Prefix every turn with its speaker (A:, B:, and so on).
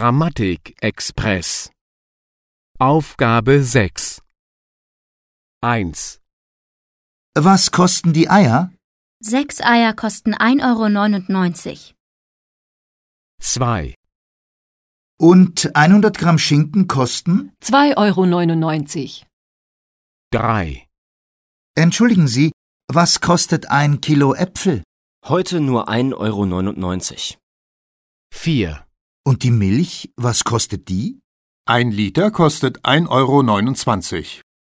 A: Grammatik Express Aufgabe 6 1,
B: Was kosten die Eier?
C: Sechs Eier kosten 1,99 Euro.
A: 2,
B: Und 100 Gramm Schinken kosten?
D: 2,99 Euro.
A: 3,
B: Entschuldigen Sie, was kostet ein Kilo Äpfel?
E: Heute nur 1,99 Euro.
A: 4,
B: Und die Milch, was kostet die?
F: Ein Liter kostet 1,29 Euro.